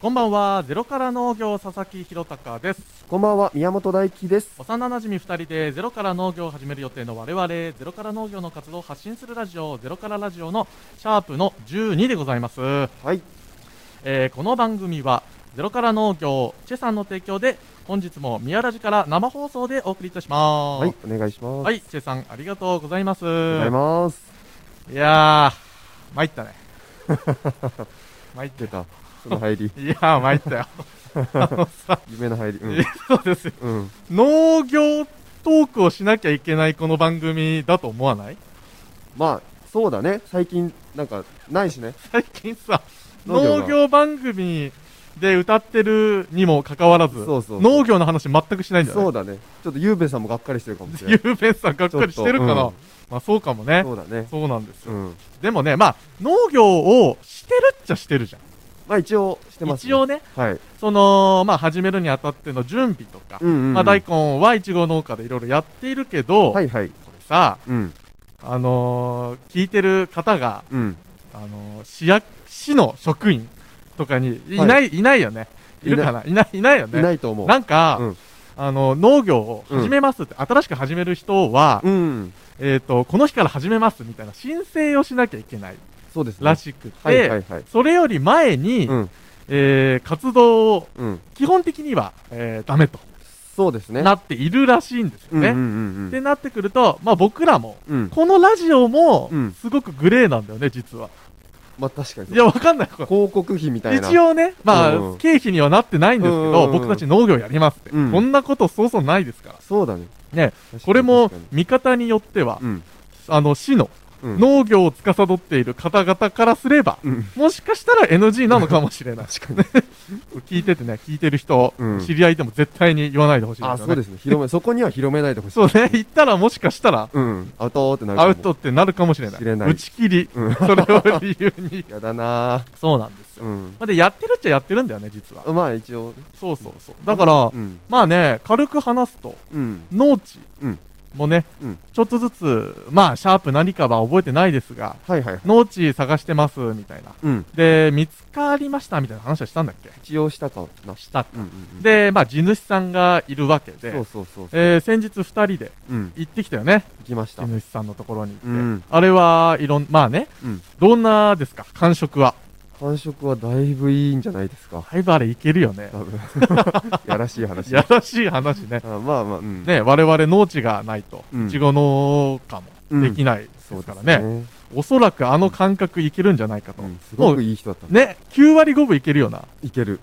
こんばんはゼロから農業佐々木弘隆ですこんばんは、宮本大輝です。幼馴染2人でゼロから農業を始める予定の我々ゼロから農業の活動を発信するラジオゼロからラジオのシャープの12でございます、はい、えーこの番組はゼロから農業チェさんの提供で本日も宮ラジから生放送でお送りいたしますはい、お願いします。はい、チェさんありがとうございますおはようございます。いやー参 ったね参って。出た。その入り いやー参ったよあのさ夢の入り。いや そうですようん。うん。農業トークをしなきゃいけないこの番組だと思わない まあ、そうだね。最近、なんか、ないしね。最近さ農業農が業番組で歌ってるにもかかわらずそうそう農業の話全くしないんだよねそうだね。ちょっとゆうべさんもがっかりしてるかもしれゆないうべんさんがっかりしてるかな、ちょっとうんまあそうかもねそうだね。そうなんですよ、うん。でもねまあ農業をしてるっちゃしてるじゃんまあ、一応、してます、一応。ねはい。そのまあ始めるにあたっての準備とか、うんうんうんまあ、大根はイチゴ農家でいろいろやっているけど、はいはい。これさうん。あのー聞いてる方がうん。あの、市役、市の職員とかに、いない、、はいないよね。いるかないない、いないよいね。ないと思う。なんか、うんあの、農業を始めますって、新しく始める人は、うん。えっ、と、この日から始めますみたいな申請をしなきゃいけないそうですね。らしくて、はいはいはい。それより前に、うん。えー活動をうん。基本的には、えーダメとそうですね。なっているらしいんですうよんうね。んうんうってん。なってくると、まあ僕らも、うん。このラジオもうん、すごくグレーなんだよね、実は。まあ、確かにそうい。や、わかんない。これ広告費みたいな。一応ね、まあ、うん経費にはなってないんですけうんうんど、うん僕たち農業やりますって、うんこんなことそうそうないですから。そうだね。ね確かにこれも確かに見方によっては、うん。あの、市のうん農業を司っている方々からすれば、うん。もしかしたら NG なのかもしれない。確かに。 聞いててね、聞いてる人、うん知り合いでも絶対に言わないでほしいであ、すよそねうで。すね。広め、そこには広めないでほしい。そうね、言ったらもしかしたら、うん。アウトーってなるかアもウトってなるかもしれない。知れない打ち切り、うん。それを理由に やだなそうなんですぁよ。うん。まあで、やってるっちゃやってるんだよね、実は。まあ一応。そうそうそう。だから、うん。まあね、軽く話すと、うん。農地うんもね、うんちょっとずつ、まあ、シャープ何かは覚えてないですが、はいはい。農地探してます、みたいな。うん。で、見つかりました、みたいな話はしたんだっけ一応したかな。した。うんうんうん。で、まあ、地主さんがいるわけで、そうそうそう。えー先日二人でうん。行ってきたよね、行きまし地た。主さんのところに行って。うんあれはいろん、まあね、うん。どんなですか、感触は。感触はだいぶいいんじゃないですか。だいぶあれいけるよね多。 分。やらしい話。やらしい話ねあ。まあまあ、うん。ね、我々農地がないと、うんいちご農家もできないですそうでかすらね。ね。おそらくあの感覚いけるんじゃないかと。うん。すごくもいい人だっうね、9割5分いけるよな。た。いける。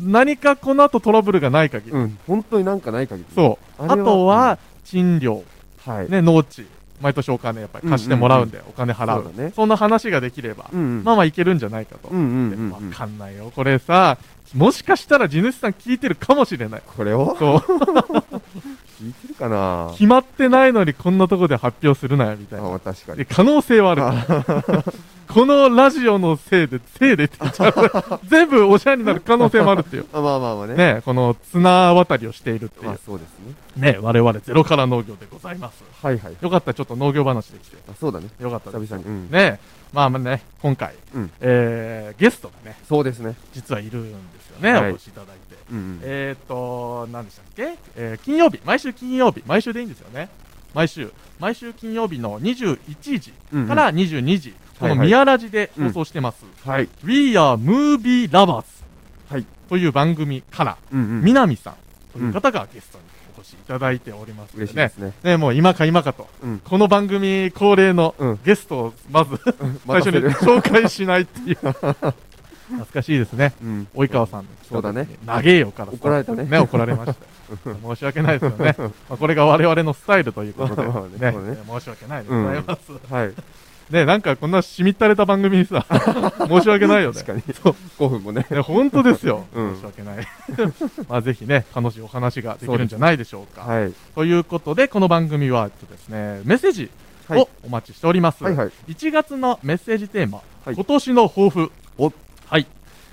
何かこの後トラブルがない限り。うん。本当になんかない限り。そう。あれあはとは、賃料、はい。ね、農地。毎年お金やっぱり貸してもらうんで、お金払う。そうだねんな話ができれば、うんうん。まあまあいけるんじゃないかと。うわ、んうんうんうん。かんないよ。これさ、もしかしたら地主さん聞いてるかもしれない。これを そう。聞いてるかな決まってないのにこんなとこで発表するなよ、みたいな。あ、確かにで。可能性はあるから。 このラジオのせいで、せいでって言っちゃう。全部おしゃれになる可能性もあるっていう。あまあまあまあ ね。ね、この綱渡りをしているっていまあう。そうですね。ね、我々ゼロから農業でございます。はいはい。よかった、ちょっと農業話できて。あそうだね。よかった久で々に。うん。す。ね、まあまあね、今回、うんえー、ゲストがね、そうですね。実はいるんですよね、はいお越しいただいて。うんうん。えーと、何でしたっけ、えー金曜日、毎週金曜日、毎週でいいんですよね。毎週、毎週金曜日の21時うんうんから22時、こはいのはい宮ラジで放送してます、はい。 We are Movie Lovers はい。という番組から、うんうん。南さんという方がゲストにお越しいただいておりますの嬉しいででねす。ね。ね、もう今か今かと。うん。この番組恒例のうんゲストをまず、最 初待たせにる。紹介しないっていう。懐かしいですね。 うん。及川さんのそうだね。長えよからさ怒られたね怒られ ましたよ。申し訳ないですよね。まあ、これが我々のスタイルということで、まあまあねねそうね申し訳ないでございます。はい。ね、なんかこんなしみったれた番組に さ、申し訳ないよね。確かに。そう。 5分もね。ね、本当ですよ。 うん申し訳ない。 まあ、ぜひね、楽しいお話ができるんじゃないでしょうか。はい。ということで、この番組は、えっとですね、メッセージはいをお待ちしております。はいはい。 1月のメッセージテーマ、はい今年の抱負。おはい。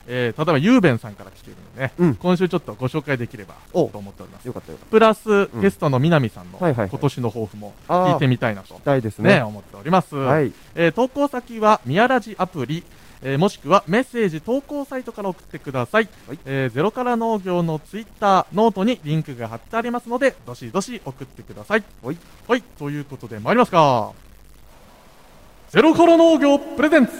えー、例えば、ゆうべんさんから来ているので、ねうん今週ちょっとご紹介できればとお思っております。よかったよかっプラス、んゲストの南さんのはい今はいはい年の抱負もあー聞いてみたいなと、た。大ですね、ね。思っております。はい。えー投稿先は、宮ラジアプリ、えーもしくはメッセージ投稿サイトから送ってください、はいえーゼロから農業のツイッターノートにリンクが貼ってありますのでどしどし送ってくださいはい、はい、ということで参りますかゼロから農業プレゼンツ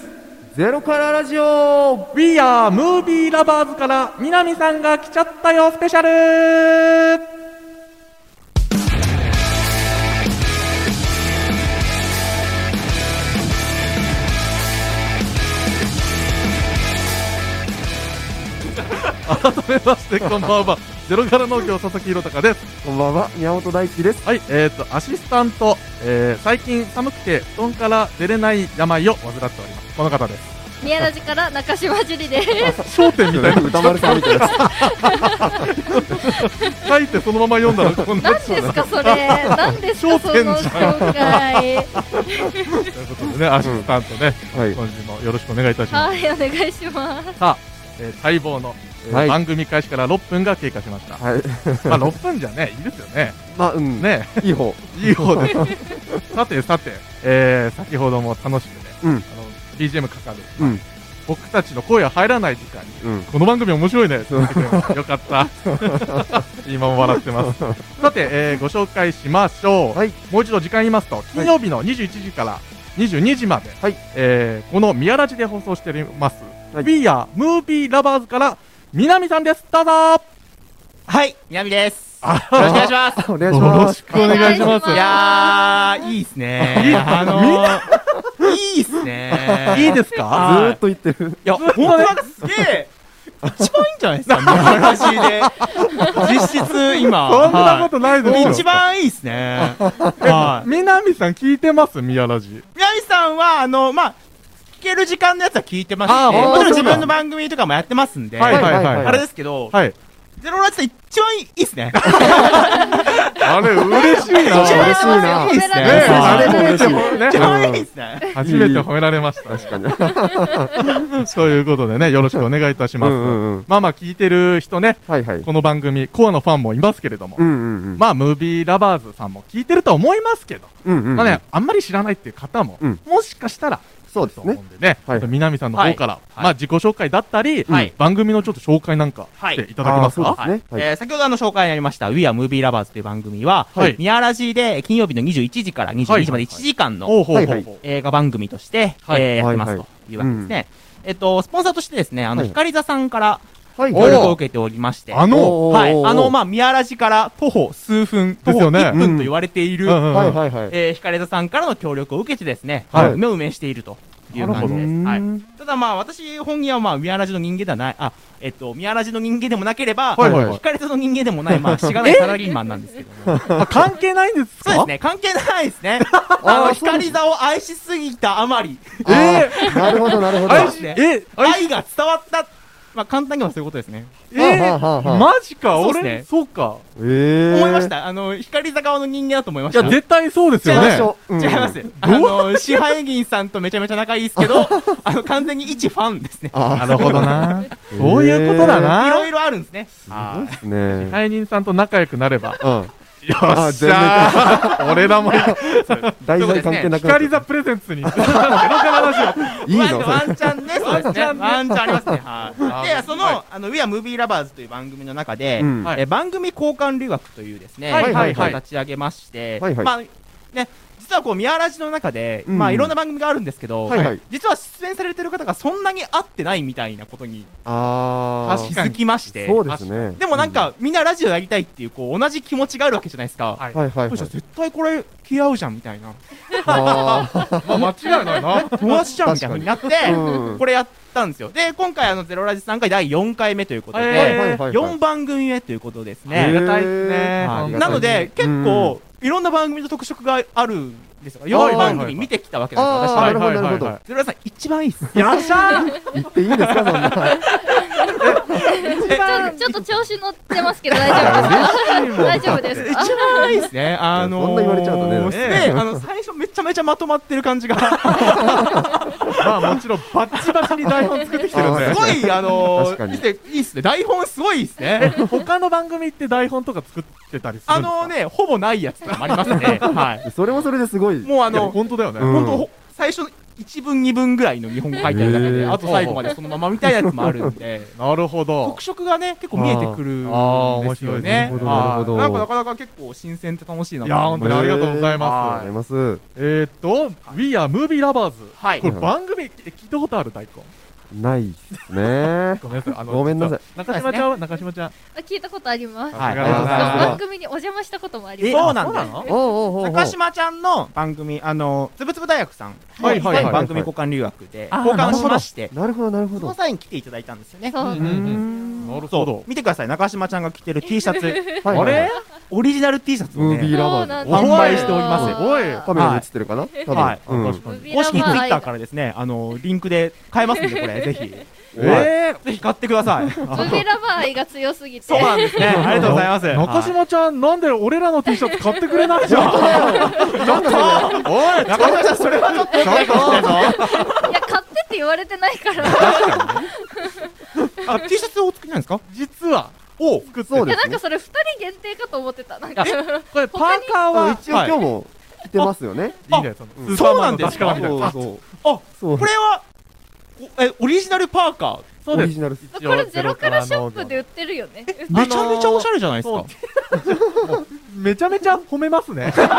ゼロからラジオ We are Movie Lovers から南さんが来ちゃったよスペシャル改めましてこんばんはゼロから農業佐々木宏隆ですこんばんは、宮本大輝です。はい、えっ、と、アシスタント、えー最近寒くて、布団から出れない病を患っております。この方です。宮ラジから中島樹里です。焦点みたいな歌丸さんみたいな。書いてそのまま読んだらこんな 何ですかそれ？何ですかそ焦点じゃのん紹介？ということでね、アシスタントね、 はい。今週もよろしくお願いいたします。はいお願いします。さあ、えー待望の、えーはい番組開始から6分が経過しました。はい。まあ6分じゃね、いいですよね。まあ、うん。ね、いい方。いい方です。さてさて、えー先ほども楽しくね、うん。あの BGM かかる、うん。僕たちの声は入らない時間に、うん。この番組面白いね。 よか った。今も笑ってます。さて、えーご紹介しましょう。はいもう一度時間言いますと、金曜日の21時から22時まで、はいえーこの宮ラジで放送しております、はい We are Movie Lovers から、南さんです。どうぞよはい、南です。よろしくお願いします。お願いします。くお願いしま。お願いしますすいやー、いいっすね。いいあのー、いいっすね。。いいですすずかあーっと言ってる。いや、本当はすげえ、一番いいんじゃないです か、話で。実質、今。そんなことないですよ。一番いいっすね。はい。南さん聞いてます宮ラジ。南さんは、あの、まあ、聞ける時間のやつは聞いてますあーし、本当もちろそうん自だ分の番組とかもやってますんで、はいはいはい。あれですけど、はい。ゼロラジで一番いいっすね。あれ、嬉しいな。一番ね 嬉しいな褒めらいいっれすねあまれもで嬉しすいもね一、番いいっ すね。初めて褒められました、ね。確か に。ということでね、よろしくお願いいたします。うんうんうんまあまあ、聞いてる人ね、はいはい。この番組、コアのファンもいますけれども、うんうんうん。まあ、ムービーラバーズさんも聞いてると思いますけど、うんうんうん。まあね、あんまり知らないっていう方も、うんもしかしたら、そうですと思ねう。んでね、はいあと南さんの方から、はいまあ、自己紹介だったり、はい番組のちょっと紹介なんかしていただけますか、はいあーそうはで。いすねえー先ほどあの紹介にありました We are Movie Lovers という番組は、はいミヤラジで金曜日の21時から22時まはいで1時間のほうほうほうほう。はいは映画番組として、はいえーやってますはというわけですね。えっと、スポンサーとしてですね、あの、はい光座さんからはいお協ー力を受けておりまして、あの、おーはい。あの、まあ、ミヤラジから徒歩数分、徒です歩よね1分と言われている、うんうんはいはいはい。えー、光座さんからの協力を受けてですね、はいはい、目を埋めしているという感じです。はい。い。ただまあ、私本人はまあ、ミヤラジの人間ではない、あ、えっと、ミヤラジの人間でもなければ、はいはいはいヒカルとの人間でもない、まあ、しがないサラリーマンなんですけども。あ関係ないんですかそうですね、関係ないですね。あの、ヒカリ座を愛しすぎたあまり、えー、なるほどなるほど。愛しえねえ、愛が伝わった、まあ、簡単にはそういうことですね。ええはあはあはあマジか、そうですね俺、そうか。えー思いまし。た。あの、ヒカリ座側の人間だと思いまいした。や、絶対そうですよ場ね。所違います。あの、支配人さんとめちゃめちゃ仲いいですけど、あの、完全に一ファンですね。いなあるほどな。そういうことだな。ろいろあるんですね。あ、そうあですね。会人さんと仲良くなれば。うん。よっしゃー俺らも行く題材関係なくなっち光ゃ座っプレゼン ツに。ゼロからラジたーいいまあのワンチャンね、そうでワすね。ンチャンねワンチャンありますね。はあい。で、そはいの、あの、We Are Movie Lovers という番組の中でう、んはいえー番組交換留学というですね、はいはいはいイベントを立ち上げまして、はいはいまあね、実はこう、ミヤラジの中で、うんまあ、いろんな番組があるんですけど、はいはい実は出演されてる方がそんなに会ってないみたいなことにあ確気ーかにづきまして、そうですね。でもなんか、みんなラジオやりたいっていう、こう、同じ気持ちがあるわけじゃないですか。はいうん、はいはいそはういしたら絶対これ、気合うじゃんみたいな。あー。オ。まあ、間違いないな。友達じゃんみたいな風になって、うんこれやったんですよ。で、今回、あの、ゼロラジさんが第4回目ということえーで、はいはいはい4番組目ということですありね。がたいですね。えーはいありがたないので、結構、いろんな番組の特色があるんですよ。4番組見てきたわけなんですよ、私あーはないる。ほどなるほどはいはいゼロラジさん、一番いいっす。はいよっしゃー 言っていいんですか、そんな。ちょちょっと調子乗ってますけど大丈夫ですか？大丈夫です一か？番いいっすね。 あのー、そんな言われちゃうとねで、あの、最初めちゃめちゃまとまってる感じが。 まあ、もちろん、バッチバチに台本作ってきてるんあで す。ごい、あの確かにー、見ていいっすね。台本すごい っすね。他の番組って台本とか作ってたりするあんですのかー、ね、ほ ぼないやつとかもありますね。はい。それもそれですごい。もうあいやの、本当だよね。うん本当最初1文2文ぐらいの日本語書いてあるだけへで、ーあと最後までそのままみたいなやつもあるんで、なるほど特。色がね、結構見えてくるんあーあー面です白よいね。なるほどなるほどはいんかなかなか結構新鮮って楽しいなといやー本当にありがとうございあまりす。がとうございまえーっと、We are Movie Lovers。はいこ。れ番組え聞いたことある大根。。す。ないっす ねごめんなさい。あのごめんなさい。中島ちゃんは中島ちゃん。あ聞いたことあります。あはりいがとうございあま番組にお邪魔したこともありえまそうなんだあそうなのおうおうおうおう中島ちゃんの番組、あの、つぶつぶ大学さん、はいはいはいはい番組交換留学で、あー。交換しまして、なるほど、なるほそどの。際に来ていただいたんですよねす。。そううんんなるほそどう、。見てください、中島ちゃんが着てる T シャ ツ、はいあはいはいれオリジナル T シャツをムービーね、ラそバうーなんズ。だ販売しておりますすごいカメラに映ってるかな多分。はいうん確かに公式ビラバー Twitter からですね、あの、リンクで買えますんで、これ、ぜひ。ええーぜひ買ってください。ブーベラバー愛が強すぎて。そうなんですね。ありがとうございます。中島ちゃん、なんで俺らの T シャツ買ってくれないじゃん。はい中島ちゃん、それはちょっと良くないと思いや、買ってって言われてないから。うぞ。あ、T シャツお作りなんですか実は、を作ってそういでや、すなんねか。それ二人限定かと思ってた。なんか。これ、パーカーあは、一応今日も来てますよね。はいいいね、そのうんそうなんですかスーパーマンの確かみたいなそうそう。あ、そうこれは、おえ、オリジナルパーカそうオでリすジ。ナルスこれゼロからショップで売ってるよね。ー。めちゃめちゃおしゃれじゃないですか。めちゃめちゃ褒めますね。確か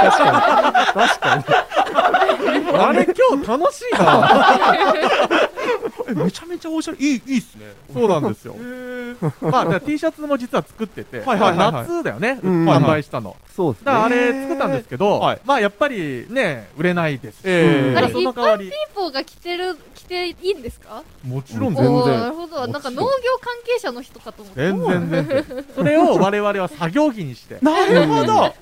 に。確 かに。あれ、今日楽しいな。えめちゃめちゃおしゃれ。いい、いいっすね。そうなんですよ。まあ、だから T シャツも実は作ってて、はいはいはいはいまあ夏だよね、うん販売したの。そうですだからあね。れ作ったんですけど、はいまあやっぱりね、売れないですし、えーあれ、そ一の代わ般りピー、ポーが着てる、着ていいんですかもちろん全然全おーなるほど。なんか農業関係者の人かと思って。然、全然全然。それを我々は作業着にして、なるほど。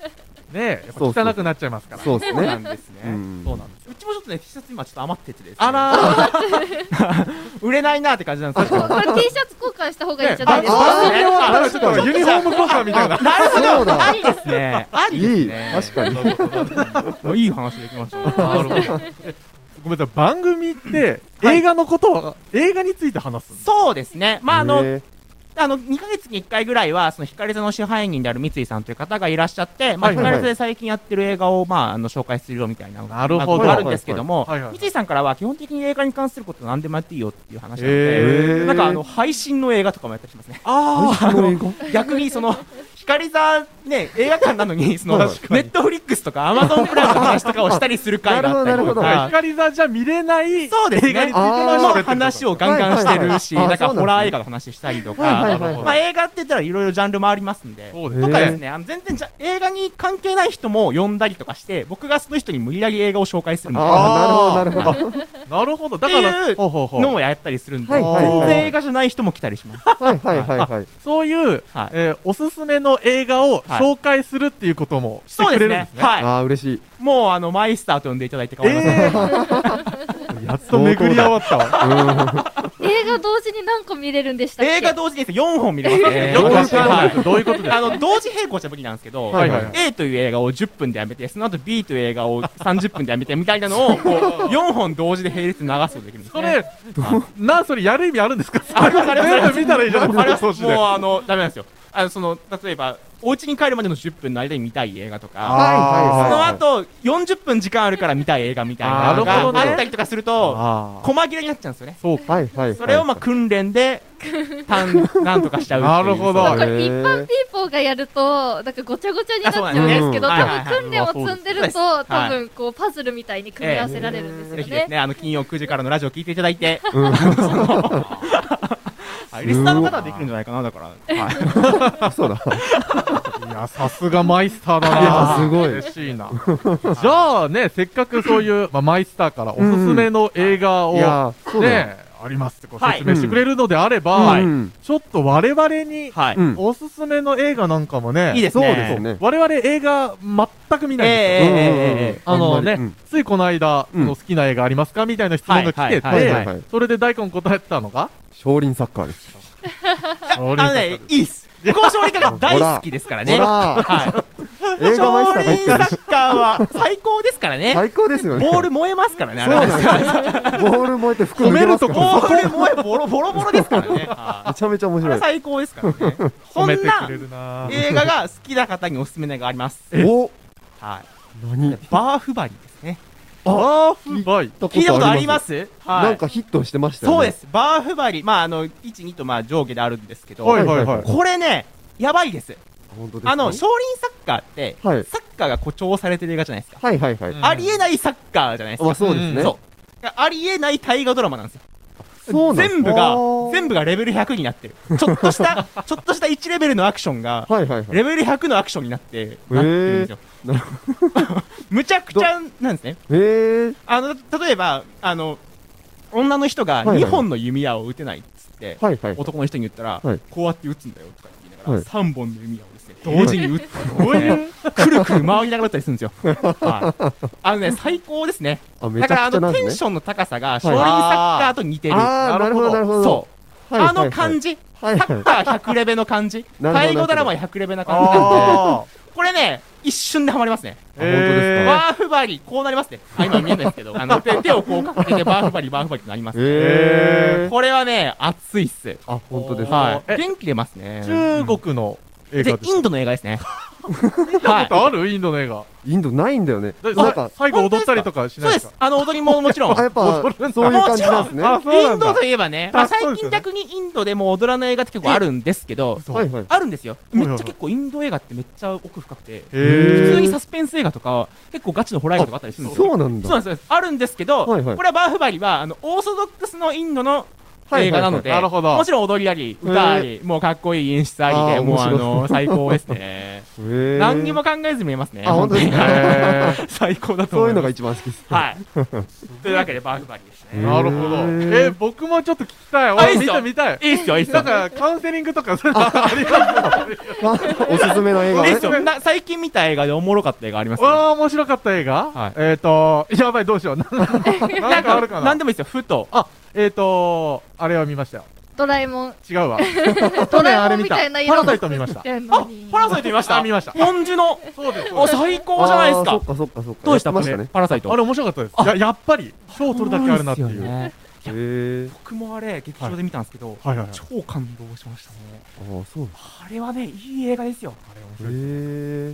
ね、やっぱそうそう汚くなっちゃいますから。そうですそうね。なんですうね。んそうなんですよ。うちもちょっとね、T シャツ今ちょっと余っててですね。あら 売れないなって感じなんですけど。これ T シャツ交換した方がいいんじゃないですねか番組はあなんかちょっとユニフォーム交換みたい な。なるほそうどだありですね。ありいいで確すね。かに。確かに。いい話できましたね。なるほど。ごめんなさい、番組って映画のことは、映画について話すんですそうですね。まあ、あの、ねあの、2ヶ月に1回ぐらいは、その、光座の支配人である三井さんという方がいらっしゃって、まあ、はいはいはい光座で最近やってる映画を、まあ、あの、紹介するよみたいなのがなるほどまああるんですけどはいもはいはいはいはい、三井さんからは基本的に映画に関すること何でもやっていいよっていう話なへのーで、なんか、あの、配信の映画とかもやったりしますね。ああの、逆にその、光座、ね、映画館なのに、その、ネはいットフリックスとかアマゾンプライムの話とかをしたりする回があったりとなるほどなあるか、光座じゃ見れないそうですね。映画についてあーの話をガンガンしてるし、はいはいなはいあそうなんでんかすねホラー映画の話したりはといはいか、はいまあ映画って言ったらいろいろジャンルもありますんで、そうでへすーとかですね、あの全然じゃ映画に関係ない人も呼んだりとかして、僕がその人に無理やり映画を紹介するみたいなああ、なるほど、なるほど。なるほど。だから、っていうほうほうほうのをやったりするんで、はいはいはい全然映画じゃない人も来たり します。はいはいはいはい。そういう、はいえーおすすめの映画をはい紹介するっていうこともしてそうくでれるすんです。ねね。はああ、嬉しい。い。もうあの、マイスターと呼んでいただいて構いません。えーやっと巡り合わったわ。映画同時に何個見れるんでしたっけ映画同時です4本見れますね。よくわかんないはです。どういうことですあかの、同時並行じゃ無理なんですけど、はいはい A という映画を10分でやめて、その後 B という映画を30分でやめて、みたいな のを、こう、4本同時で並列に流すことができるんで すそね。れ、な、それやる意味あるんですかありますあります全部見たらいいじゃないですあれか、はもそううしね、あの、ダメなんですよ。あの、その、例えば、お家に帰るまでの10分の間に見たい映画とか、そはいはいのはい後、40分時間あるから見たい映画みたいなのあーなるほがどねあったりとかすると、あー細切れになっちゃうんですよね。そうか。はいはいはい。それを、まあ、訓 練で、たん、なんとかしちゃうっていう。なるほどこれへ一ー般ピーポーがやると、なんかごちゃごちゃになっちゃうんですけど、あそうなん多です分ね訓練を積んでるはと、いはい多分こうパズルみたいに組み合わせられるんですぜよひですね。ね、あの、金曜9時からのラジオ聞いていただいて、 うんあリスナーの方はできるんじゃないかな、だから。はい。そうだ。いや、さすがマイスターだいやな。すごい嬉しいな。じゃあね、せっかくそういう、まあ、マイスターからおすすめの映画を、いやー、そうだよ。ね、ありますってご説明してくれるのであれば、はいうんちょっと我々に、はい。うんおすすめの映画なんかもね、いいですそうね。ですね。我々映画全く見ないんですよ。ええええあのね、うんついこの間うんの好きな映画ありますかみたいな質問が来てて、ははいいはいはいそれで大根答えてたのが、少林サッカーです。あのね、いいっす。交渉理科が大好きですからね。ほらは 映い。画マイ少スターが言っ林てサる。ッカーは最高ですからね。最高ですよね。ボール燃えますからね、あそうなれんは。ですよ。ボール燃えて服脱褒めげるまとすかこら。 ボール燃え、ボロボロボロですからね。めあちゃめちゃ面白れい。最高ですからね。そ褒んめてなくれるな映画が好きな方におすすめの映画あります。おは何い。バーフバリですね。バーフバイ。聞。聞いたことありますすはなんい。かヒットしてましたよね。そうで。す。バーフバリ、まあ、あの、1、2と、まあ、上下であるんですけど、はいはいはい。これね、やばいです。本当ですかあの、少林サッカーって、はいサッカーが誇張されてる映画じゃないですか。はいはいはい。うんありえないサッカーじゃないですまか。あそうですね。んそう。ありえない大河ドラマなんですよ。そうなんです全部あがー、全部がレベル100になってる。ちょっとした、 ちょっとした1レベルのアクションが、はいはいはい。レベル100のアクションになって、なってるんですよ。なる むちゃくちゃなんですね。えー、あの、例えば、あの、女の人がはいはい2本の弓矢を撃てないっつって、はいはい。男の人に言ったら、はいこうやって撃つんだよとか言いながら、はい3本の弓矢をですね、同時に撃つとかね、くるくる回りながら撃ったりする んですよ。はいあのね、最高ですね。あ、めだちかゃら、あくちゃなの、んでテすね。ンションの高さが、少林サッカーと似てる。あーなるほどなるほどそう。はいはいあはいの感。じ、はいサはッ い。カー100レベの感じ、 なるほど介護ドラマ100レベな感じなんで、あこれね、一瞬でハマりますね。あ。えーバーフバリ、こうなりますね。あ、今見えないです けど、あの、手手をこうかけて、バーフバリ、バーフバリとなります。えー。これはね、熱いっす。あ、本当ですか。あはーえい。元気出ますね。中国の映で画、ですインドの映画ですね。あはあるインドの映画。インドないんだよね。でなんさか、最後踊ったりとかい。しそなういでですすか。。あの、踊りももちろん。あ、やっぱ踊るん、だそういう感じなんですね。あはそうイなンんドだといえばね、まああそう最ですよ近ね逆にインドでも踊らない映画って結構あるんですけど、そいうはい。あるんですよ。めっはいちはゃい結構インド映画ってめっちゃ奥深くて、へー普通にサスペンス映画とか、結構ガチのホラー映画とかあったりするんですよ。そうなんそうなだ。んですよ。あるんですけど、はいはいこれはバーフバリは、あの、オーソドックスのインドのはいはい映画なので、なるほどもちろん踊りあり、歌あり、もうかっこいい演出ありで、あーもうあ面白の、最高ですね。えー何にも考えず見えますね。あ本当ですか本にへ最高だとそう思いいのうます。が一番好きです。 はい。というわけで、バーフバリですーね。なるほど。へえーー、僕もちょっと聞きたい。あ俺いいっす見よた見たい。いいっすよ、いいっすなよん。かカウンセリングとかそういうのありますよね。あおすすめの映画いいねっす。よな最近見た映画でおもろかった映画ありますわあ面白かった映画、はいえっ、とやばいどうしよう なんかあるかな何でもいいですよ、ふと。あえっ、とあれは見ましたよドラえもん。違う わド去ラ年あえもれん見みたたパいな色ラサのイト見ましたやのあに、パラサイト見ましたあ見ましたポンジュの。そうですそうお、です最高じゃないですあーかそっ。かそっかそっか。どうでした、やってまこしたれね。パラサイト。あれ面白かったですいややっぱり賞を取るだけあるなっていうそうですよねへー。僕もあれ、劇場で見たんですけど、はいはいはい超感動しましたね。あー、そうなんだ。あれはね、いい映画ですよ。あれ面へ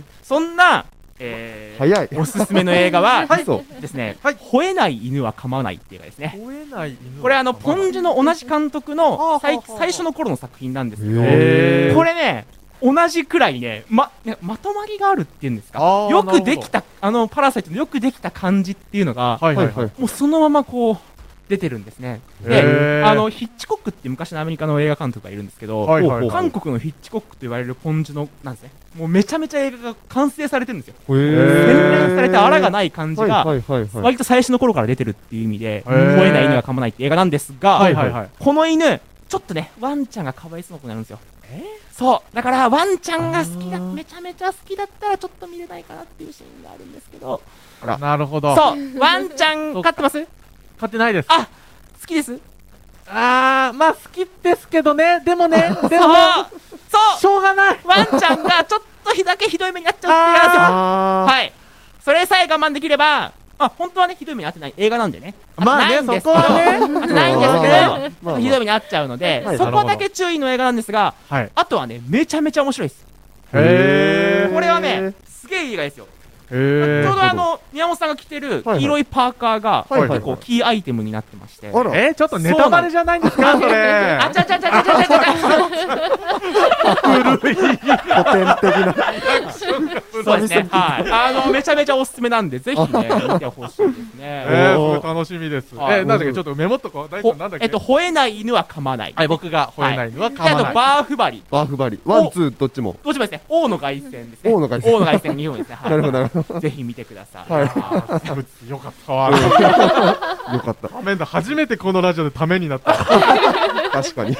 白いー。そんな、えー、早い。おすすめの映画は、はい。そう。ですね、はい吠えない犬は噛まないっていう映画ですね。吠えない犬これあの、ポンジュの同じ監督のあ最ほうほうほう最初の頃の作品なんですけど、へーこれね、同じくらいね、ま、ねまとまりがあるっていうんですか。あーよくできた、あの、パラサイトのよくできた感じっていうのが、はいははいいはい、はい。もうそのままこう、出てるんですね。へで、ーあの、ヒッチコックって昔のアメリカの映画監督がいるんですけど、はいはいはい韓国のヒッチコックと言われるポンジュの、なんですね。もうめちゃめちゃ映画が完成されてるんですよ。洗へー洗練されたあらがいない感じはいが、はいはいはい。割と最初の頃から出てるっていう意味で、へー吠えない犬は噛まないって映画なんですが、はいはいはいこの犬、ちょっとね、ワンちゃんがかわいそうな子になるんですよ。そう。だから、ワンちゃんが好きだ、あーめちゃめちゃ好きだったら、ちょっと見れないかなっていうシーンがあるんですけど、らなるほどそう。ワンちゃん、飼ってます買ってないですあ好きですあーまあ好きですけどねでもねでそうもそうしょうがないワンちゃんがちょっと日だけひどい目に遭っちゃうっていう話あはい。それさえ我慢できれば、あ、本当はね、ひどい目に遭ってない映画なんでね。まあねないんですけどそこはね ないんですけど、まあまあまあひどい目に遭っちゃうので、はいそこだけ注意の映画なんですが、 はいあとはね、めちゃめちゃ面白いです。ーへこれはねへ、すげえいい映画ですよ。えちへょーうどあの、宮本さんが着てる黄色いパーカーが、はいはい結構キーアイテムになってまして。ーあら。えー、ちょっとネタバレじゃないんですかそれあちゃちゃちゃちゃちゃちゃちゃ古典的な。そうですね。はい。あの、めちゃめちゃおすすめなんで、ぜひね、見てほしいですね。えおー、ーそれ楽しみです。えはいー、なんだっけ、ちょっとメモっとこう。大ほ根なんだっけ。えっと、吠えない犬は噛まない。はい、僕が吠えないのはで噛あと、まない。バーフバリ。バーフバリ。ワン、ツー、どっちも。どうしますね。王の凱旋ですね。王の凱旋王の凱旋、日本ですね。 なるほど、はなるほい。ぜひ見てください。はいはよかったわ。たど。よかった。めんだ。初めてこのラジオでためになった。い確かに。い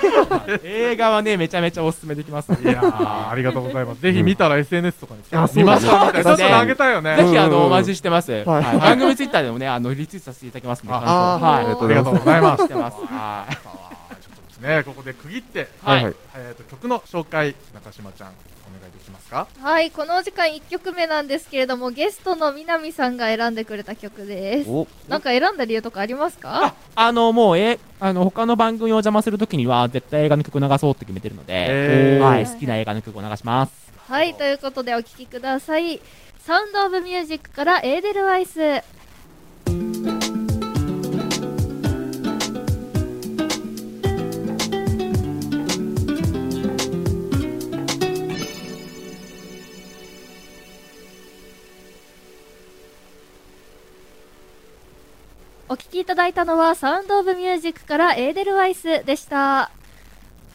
映画はね、めちゃめちゃおすすめできます。やー、ありがとうございます。ぜひ見たら SNS とかにして。あそうだね見ましたみたいな。ちょそうっですねとあげたよね。ぜひ、あうんうんの、うおん待ちしてます。はいはい番組ツイッターでもね、あの、リツイートさせていただきますね。あ感想あはい。ーありがとうございます。してます。はい。ね、ここで区切って、はいはい。えっと、曲の紹介、中島ちゃん、お願いできますかはい、このお時間1曲目なんですけれども、ゲストの南さんが選んでくれた曲です。お、なんか選んだ理由とかありますかあ、あの、もう、え、あの、他の番組を邪魔するときには、絶対映画の曲流そうって決めてるのへーで、はい、好きな映画の曲を流します。はい、ということでお聴きください。サウンドオブミュージックからエーデルワイス。お聴きいただいたのは、サウンド・オブ・ミュージックからエーデル・ワイスでした。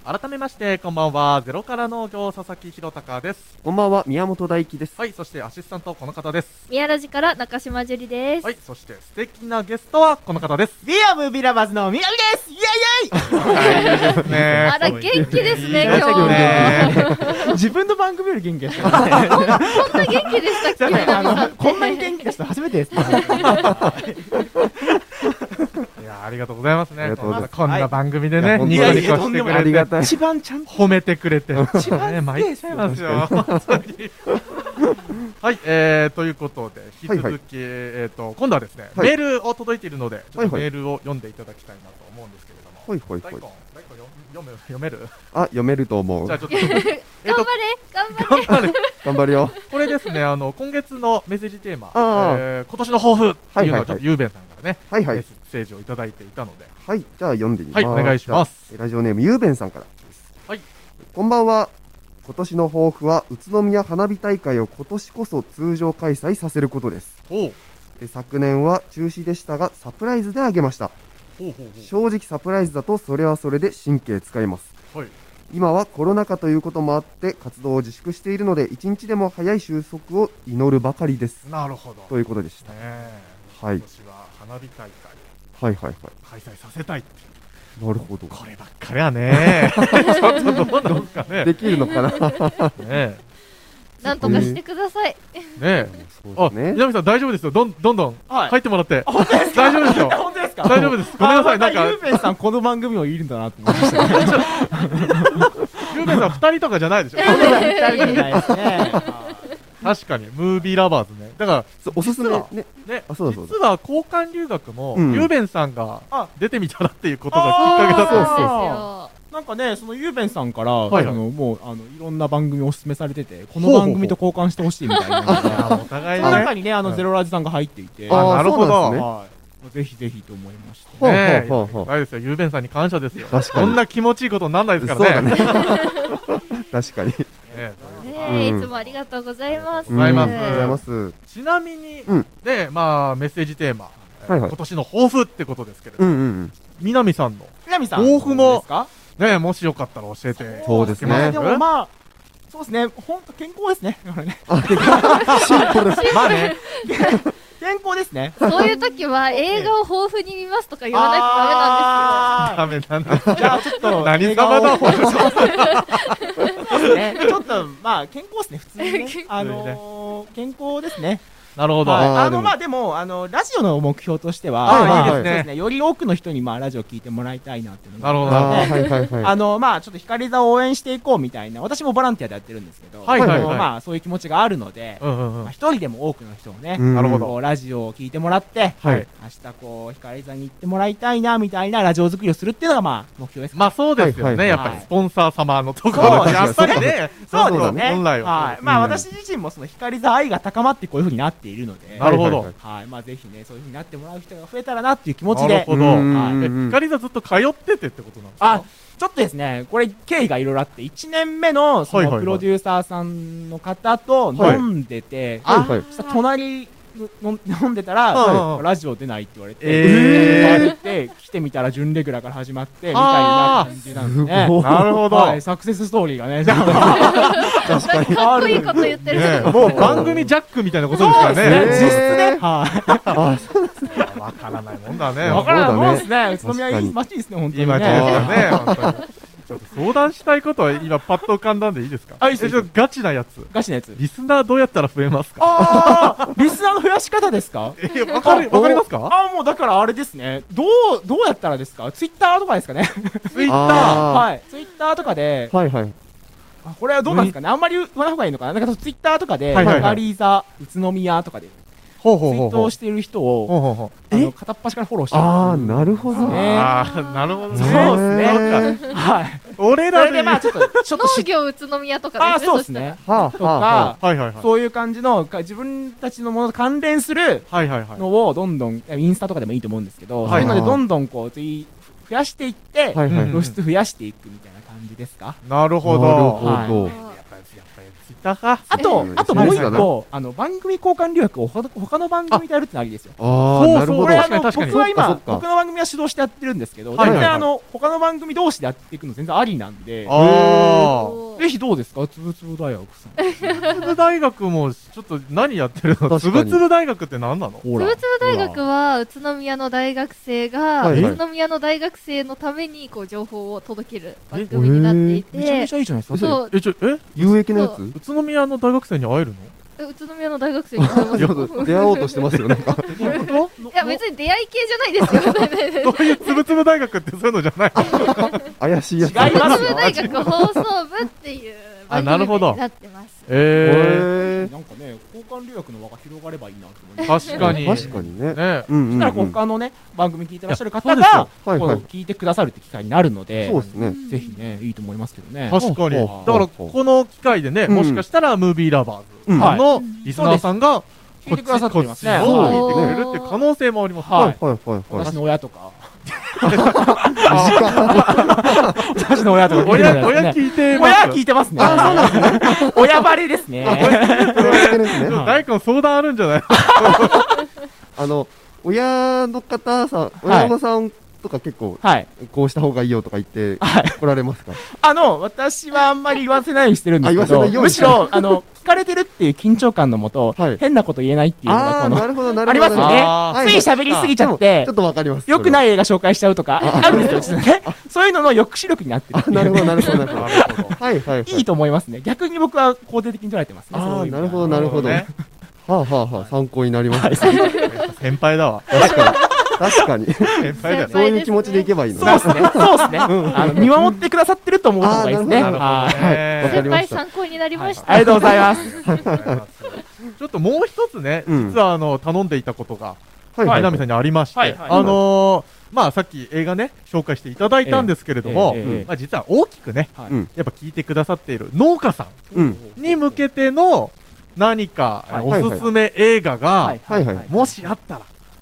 改めましてこんばんはゼロから農業佐々木弘隆ですこんばんは、宮本大輝です。はいそしてアシスタントこの方です宮ラジから中島樹里です。はいそして素敵なゲストはこの方ですビアムビラバズのみなみですイエイね あ ら、元気ですね、いい今日。イエイ 自分の番組より元気でしたね。こんな元気 でしたっけ、南あさんっのてこんなに元気な人初めてです。いやありがとうございますねありがとうございますこんな番組でいねや本当ニにコニコしていくやありれがてたい。一番ちゃんと褒めてくれて一番ね参っちゃいますよ本当にはいえーということで引きはい続きえーと今度はですねはいメールを届いているのでちょっとはいはいメールを読んでいただきたいなと思うんですけれどもほいほい大ほい根。大根よ読める読めるあ、読めると思うじゃあ。ちょっとえっ 頑と張れ、頑張頑れ。張る頑張るよ。これですね、あの今月のメッセージテーマ、ああえー今年の抱負っていうのはいはいはをいちょっとゆうべんさんからね、はいはメッい。セージをいただいていたので、はい、じゃあ読んでみまはす。い、お願いしす。ます。ラジオネーム、ゆうべんさんからです。はい。こんばんは。今年の抱負は、宇都宮花火大会を今年こそ通常開催させることです。おうえ昨年は中止でしたが、サプライズであげました。ほうほうほ正直サプライズだと、それはそれで神経使います。う。はい。今はコロナ禍ということもあって、活動を自粛しているので、一日でも早い収束を祈るばかりです。なるほど。ということでしねた。えはい今年は花火大はいはいは会開催させたいっていうい。なるほど。こればっかりは ねちょっとどうなんかね。ねできる のかなえなんとかしてください。ねえそあ、うですね。南さん大丈夫ですよ。どんどんどんはい入ってもらって。大丈夫ですよ。本当ですか大丈夫です。ごめんなさい。なんあまたゆかう、べいさんこの番組をいるんだなって思いま した。ゆうべんさん二人とかじゃない でしょ。二人みたいですね。確かに、ムービーラバーズね。だから、そうおすすめ実はね。ね、あそうだそうだ実は交換留学も、うんゆうべんさんがあ出てみたらっていうことがきっかけだっそたうなんですよあ。なんかね、そのゆうべんさんから、はいあのもうあのいろんな番組をお勧めされてて、この番組と交換してほしいみたいな。あお互いそのね中にね、あのゼロラジさんが入っていて、あーなるほどそうなんですねはい、ぜひぜひと思いました。ほうねえほうほうほ大ですよゆうべんさんに感謝ですよ確かこにんな気持ちいいことになんないでう。すそうからだねね。 確かに。ねえねえうんいつもありがとうございます。ございますうんありがとうございます。ちなみに、うんでまあメッセージテーマ、えーはいはい今年の抱負ってことですけれどうも、んうんうん。南さんの南さん、抱負もどうですかねえもしよかったら教えてそうですねいただけでますもまあ、そうですね、本当健康ですね。これね まあね健康ですね。そういう時は映画を豊富に見ますとか言わないとダメなんですよ。ダメなんだじゃあちょっ と、何様だ笑顔をほんとそうですね。ちょっと、まあ、健康ですね、普通に ね健。あのー、健康ですね。なるほど、はいあーあでの、もまあでも、あの、ラジオの目標としては、あーまいですいねそうですね。より多くの人に、まあ、ラジオ聞いてもらいたいなっていうのがなるほどなるほどああ、はいはいはい。あの、まあ、ちょっと光座を応援していこうみたいな、私もボランティアでやってるんですけど、はいはいはいあのまあ、そういう気持ちがあるので、うんうんうんまあ、一人でも多くの人をね、うんなるほどこうラジオを聞いてもらって、はい明日こう、光座に行ってもらいたいな、みたいなラジオ作りをするっていうのが、まあ、目標です。まあそうですよね、はいはいやっぱりスポンサー様のところそうやっぱりね、そうそでうすだね。本来は。はい。まあ、うん私自身もその光座愛が高まってこういう風になっているので、なるほどはいはいはい。まあ、ぜひね、そういう風になってもらう人が増えたらなっていう気持なちるで、ほど。うんえ光座ずっと通っててってことなんですかあ、ちょっとですね、これ経緯がいろいろあって、1年目のそはいはいはのいプロデューサーさんの方とはい飲んでて、はいはいそしたら隣の飲んでたら、うんうんラジオ出ないって言われて、えー言われて、来てみたら準レギュラーから始まって、みたいな感じなんですね。すごいなるほど。はい、サクセスストーリーがね、じゃあ確かに。かっこいいこと言ってるねけえど。もう番組ジャックみたいなことですからそうねですね。実質ね、はい。あいやわからないもんだね。わわかかららなないいももんんでですすね。宇都都宮宮いいいい街ですね、本当に今ちょね。っとね、本当にちょっと相談したいことは今パッと浮かんだんでいいですかあいいですえちょっとガチなやつ。ガチのやつ。リスナーどうやったら増えますかああリスナーの増やし方ですかえ、わかる、わかりますかああ、もうだからあれですね。どう、どうやったらですかツイッターとかですかね。ツイッター。あはい。ツイッターとかで、ーはいはい。あこれはどうなんですかね。あんまり言わない方がいいのかな。なんかツイッターとかで、はいはいはいマリーザ、宇都宮とかで、ツほうイほうほうーほトうを。している人を、ほうほうほうあの、片っ端からフォローしてるああ、なるほど。ねあーなるほどね。そうですねなんかはい。俺そられで言うでまあ、ちょっと、ちょっと農し、 業宇都宮とあかであ、すね。そうですしたらね。はあ、とはあ、はか、はいはいはい。そういう感じの、か自分たちのものと関連するはいはいはい。のをどんどん、インスタとかでもいいと思うんですけど、はいそういうのでどんどんこう、ツイ増やしていって、あ。はいはい。うん露出増やしていくみたいな感じですか、なるほど。なるほどやっぱやっぱりいたかあとえ、ーあともうそ一うですよ個、あの、番組交換留学を他の他の番組でやるってのありですよ。あそうあ、なるほそこうどれ、あ確の、かに確かに僕はそっ今か、そっか僕の番組は主導してやってるんですけはど、い大はいはい体あの、他の番組同士でやっていくの全然ありなんで、あおーぜひどうですかつぶつぶ大学さん。つぶつぶ大学もちょっと何やってるのつ確かぶにつぶ大学って何なのつほぶつぶ大学は宇都宮の大学生がはいはい宇都宮の大学生のためにこう情報を届ける番組になっていめちゃめてちゃいいじゃないですか。そうえちょえ有益なやつ宇都宮の大学生に会えるの宇都宮の大学生に会えまちすょっと出会おうとしてますよ、なんか。どういうこといや別に出会い系じゃないですよ どういうつぶつぶ大学ってそういうのじゃないの怪しいやつ。違いまつすぶよ大学放送部っていうあ番なるほ組どになってますえへーなんかね、交換留学の輪が広がればいいなと思います。確かに確かにね。ねうんうんうそん。したらこう他のね、番組聞いてらっしゃる方いやが、そうですよこはいうはい聞いてくださるって機会になるので、そうですね。ぜひね、いいと思いますけどね。確かにほだうかほうらこの機会でねうんもしかしたらムービーラバーズうんさんのはいリスナーさんが聞いてくださっておりますね。こっちをはい聞いてくれるっていう可能性もありますはいはいはいはいはい私。の親と か、短い私の親とか聞いてる親んです親ね。聞いてます親聞いてますね。親バレですね。これは聞けないで すね。はい大工の相談あるんじゃないあの、親の方さん、親御さんとか結構、はい。こうした方がいいよとか言ってはい来られますかあの、私はあんまり言わせないようにしてるんですけあ言わせないよど、うにむしろ、あの、聞かれてるっていう緊張感のもとはい、変なこと言えないっていうのが、あこあ、の、なるほど、なるほど。ありますよねあーつい喋りすぎちゃっでもてちょ、っとわかります。良くい。ない映画紹介しちゃうとか、あ るんですよ、実はね。そういうのの抑止力 になってるっていうなるほど、なるほど、なるほなど。るほどはいはいはい。いいと思いますね。逆に僕は肯定的に捉えてますね。あそうあ、いう意味でなはるほど、なるほど。はねあはあはあ、参考になります。先輩だわ確かに。確かに。先輩だよ先そういう気持ちでいけばいいのそうですね。 そうですね。あの、見守ってくださってると思う方がいいですね。あなるほーどはい。はいわかねり先ま輩した参考になりました、ありがとうございます。ちょっともう一つね、うん実はあの頼んでいたことがはい南さんにありまして、はいはいあのーまあさっき映画ね紹介していただいたんですけれども、ええええまあ実は大きくね、はいうんやっぱ聞いてくださっている農家さうんんに向けての何かはいおすすめ映画がはいはいもしあったら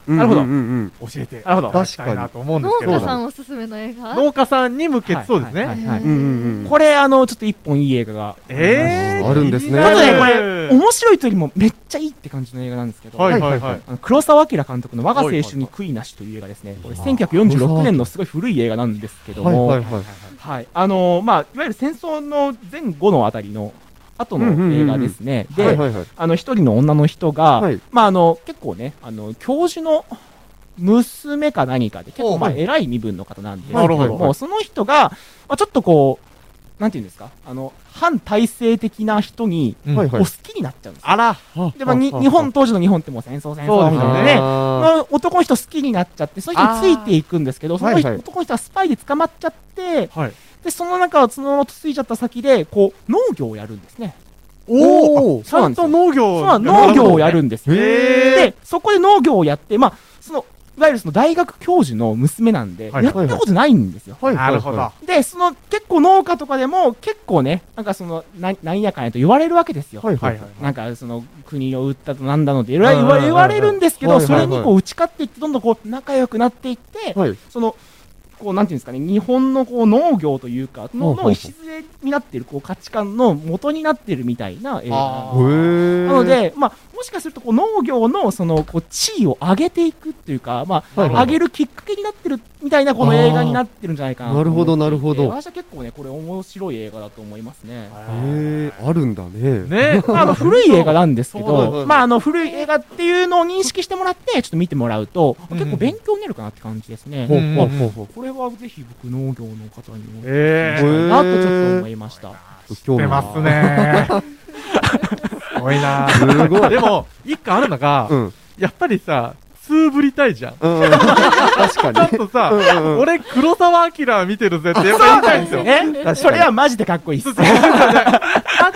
ななるほどうんうんうん。教えていなるほどただきたいなと思うんですけ農れ家どさもんおすすめの映画農家さんに向けてはいそうですはねいうんうんうん。これ、あの、ちょっと一本いい映画が。えーあるんですね気になるちょっとねこれ面白いというよりもめっちゃいいって感じの映画なんですけど、はいはいはいあの黒澤明監督の「我が青春に悔いなし」という映画ですね、これあー1946年のすごい古い映画なんですけどはいも、ははいいはい。あのーまあ、いわゆる戦争の前後のあたりの後うんうんうんのうん映画ですね、はいで、はいはい。あの一人の女の人が、はいまあ、あの結構ね、あの教授の娘か何かで、結構まあはい偉い身分の方なんですけなるどほども、その人が、まあ、ちょっとこう、なんていうんですか、あの反体制的な人に、うんはいおはい好。きになっちゃうんですよあらでまあ、には日本、当時の日本ってもう戦争戦そう争でみすたよいねなでね、あまあ、男の人好きになっちゃってその人についていくんですけどその人、はいはい男の人はスパイで捕まっちゃってはいでその中をそのままついちゃった先でこう農業をやるんですねおおちそうゃなんんですよと農そ業の農業をやるんですよ、へーでそこで農業をやってまあそのいわゆるその大学教授の娘なんで、はいやったことないんですよ、ーはいはいはいなるほどでその結構農家とかでも結構ねなんかそのななんやかんやと言われるわけですよ、はいははいいは。いなんかその国を売ったとなんだのっていろいろうん言うんうんわうん言われるんですけはど、いはそいはいれにこう打ち勝っていって、どんどんこう仲良くなっていって、はい。その、こうなんていうんですかね、日本のこう農業というか、ほうほのうの礎になってるこう価値観の元になってるみたいな映あ画。ーーなの、で、まあ、もしかするとこう農業のそのこう地位を上げていくっていうか、まあ、なはいるほど上げるきっかけになってるみたいなこの映画になってるんじゃないかなとなるほ思ど、ってなるほいてど。私は結構ね、これ面白い映画だと思います ね。へえ、あるんだね。ねまあ、あの古い映画なんですけそうそうそうど、まあ、あの古い映画っていうのを認識してもらって、ちょっと見てもらうと、うん結構勉強になるかなって感じですね。ほううんほうほうほう。これはぜひ僕、農業の方にも、 ええなとちょっと思いました。知ってます ね。すごいな。すごい。でも、一個あるのがう、ん。うん。やっぱりさ、通ぶりたいじゃん。ち確ゃかんに。とさうんうんう、ん俺、黒沢明見てるぜってやっぱ言いたいんですよ。ね、それはマジでかっこいいっす。たは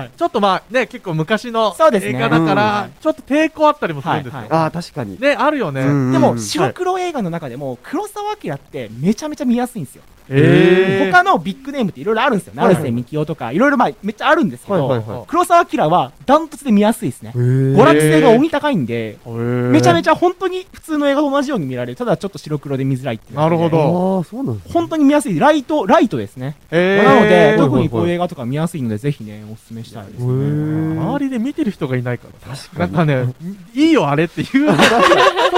だい、ちょっとまあね、結構昔のそうですね映画だかうらん、ちょっと抵抗あったりもするんですはいよは。ああ、確かに。ね、あるようんうんね。うんでも、白黒映画の中でも、黒澤明ってめちゃめちゃ見やすいんですよ。え他のビッグネームっていろいろあるんですよ。はいはい成瀬みきおとか、いろいろまあ、めっちゃあるんですけはいはいど、は黒澤明はダントツで見やすいですねい。。娯娯楽性が鬼高いんで、ーめちゃめちちゃ本当に普通の映画と同じように見られる。ただちょっと白黒で見づらいっていうのなるがほど。ああ、そうなんですね本当に見やすい。ライト、ライトですね。えーなので、ほいほいほい特にこういう映画とか見やすいので、ぜひね、おすすめしたいです、へー周りで見てる人がいないからさ確なんかね、いいよあれっていう、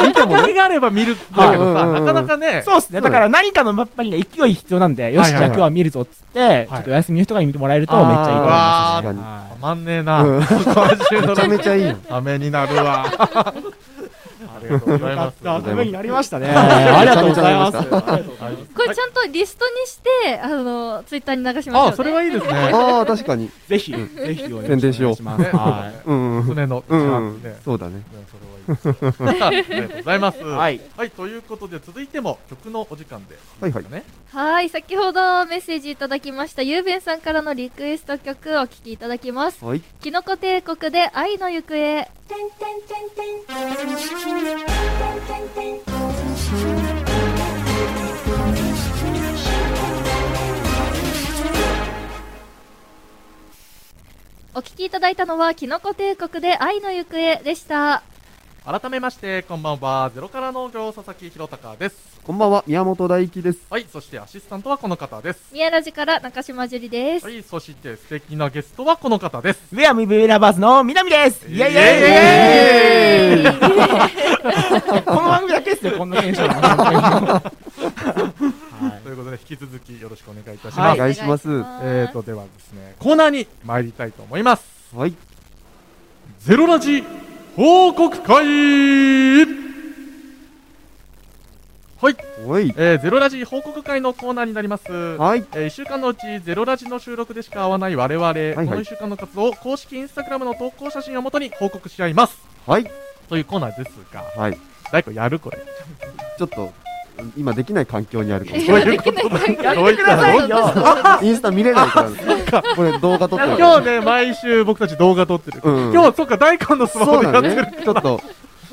見てもね、があれば見るんだけどうんさ、うんうんうんなかなかね、そうですね。だから何かのやっぱりね、勢い必要なんで、よはいし、じはゃいはいあ今日は見るぞっつって、ちょっとお休みの人が見てもらえるとめっちゃいいと思いまわ確かにー、たす。はいまんねえな、うん今週のめちゃめちゃいいよ。ためになるわ。ありがとうございます。あためになりましたね。あありりがとがとうごうござざいいまますす。これちゃんとリストにして、あの、ツイッターに流しましょう、ね。あ、それはいいですね。ああ、確かに。ぜひ、ぜひお願いします宣伝しようねはうんうん。船の、うんうんね。そうだね。ねそれはいいですねありがとうございます。い。ははい。い。ということで、続いても曲のお時間で。はいはいですかね。はい、先ほどメッセージいただきましたゆうべんさんからのリクエスト曲をお聴きいただきます。はい。キノコ帝国で愛の行方。お聴きいただいたのは、キノコ帝国で愛の行方でした。改めまして、こんばんは。ゼロから農業、佐々木弘隆です。こんばんは、宮本大輝です。はい。そして、アシスタントはこの方です。宮ラジから中島樹里ですは。い。そして、素敵なゲストはこの方です。ウェアミブラバーズの南ですイェイイイェイイイエーイェイこの番組だけですよ、こんなテンションは。ということで、引き続きよろしくお願いいたしまはいす。お願いしますえーと、ではですね、コーナーに参りたいと思います。はい。ゼロラジ報告会はい、おい。えー、ゼロラジ報告会のコーナーになります。はい。えー、1週間のうち、ゼロラジの収録でしか会わない我々、はいこの1週間の活動を公式インスタグラムの投稿写真をもとに報告し合います。はい。というコーナーですが、はい。大工やるこれ。ちょっと、今できない環境にあるか もしれどうない。いうことだやってくださいよ インスタ見れないから。これ動画撮ってる今日ね、毎週僕たち動画撮ってる。うん今日、そっか、大工のスマそホうでやなっのてる。ね。ちょっと、